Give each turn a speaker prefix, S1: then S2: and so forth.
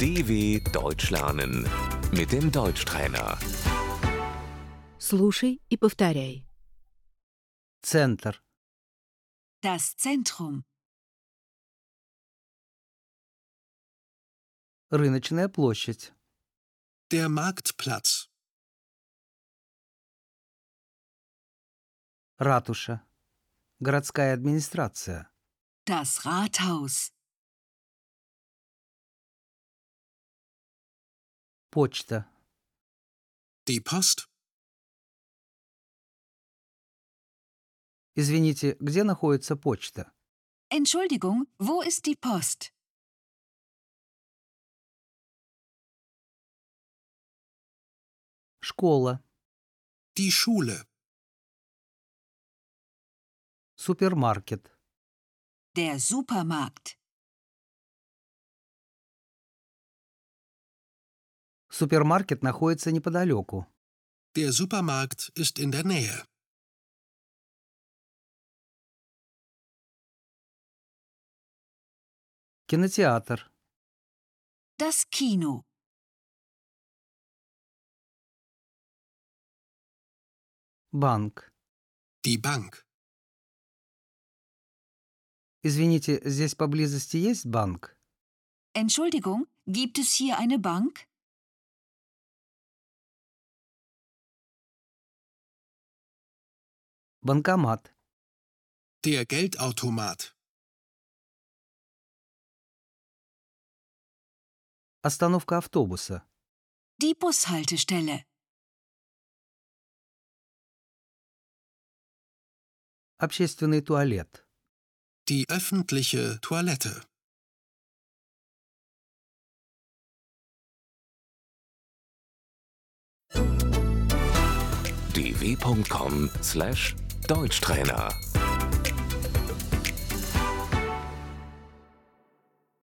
S1: DW Deutsch lernen mit dem Deutschtrainer.
S2: Слушай и повторяй.
S3: Центр.
S4: Das Zentrum.
S3: Рыночная площадь.
S5: Der Marktplatz.
S3: Ратуша. Городская администрация.
S4: Das Rathaus.
S3: Почта.
S5: Die Post.
S3: Извините, где находится почта?
S4: Entschuldigung, wo ist die Post?
S3: Школа.
S5: Die Schule.
S3: Супермаркет.
S4: Der Supermarkt.
S3: Супермаркет находится неподалеку.
S5: Der Supermarkt ist in der Nähe.
S3: Кинотеатр.
S4: Das Kino.
S3: Банк.
S5: Die Bank.
S3: Извините, здесь поблизости есть банк?
S4: Entschuldigung, gibt es hier eine Bank?
S3: Банкомат.
S5: Der Geldautomat.
S3: Остановка автобуса.
S4: Die Bushaltestelle.
S3: Общественный туалет.
S5: Die öffentliche Toilette.
S1: dw.com/deutschtrainer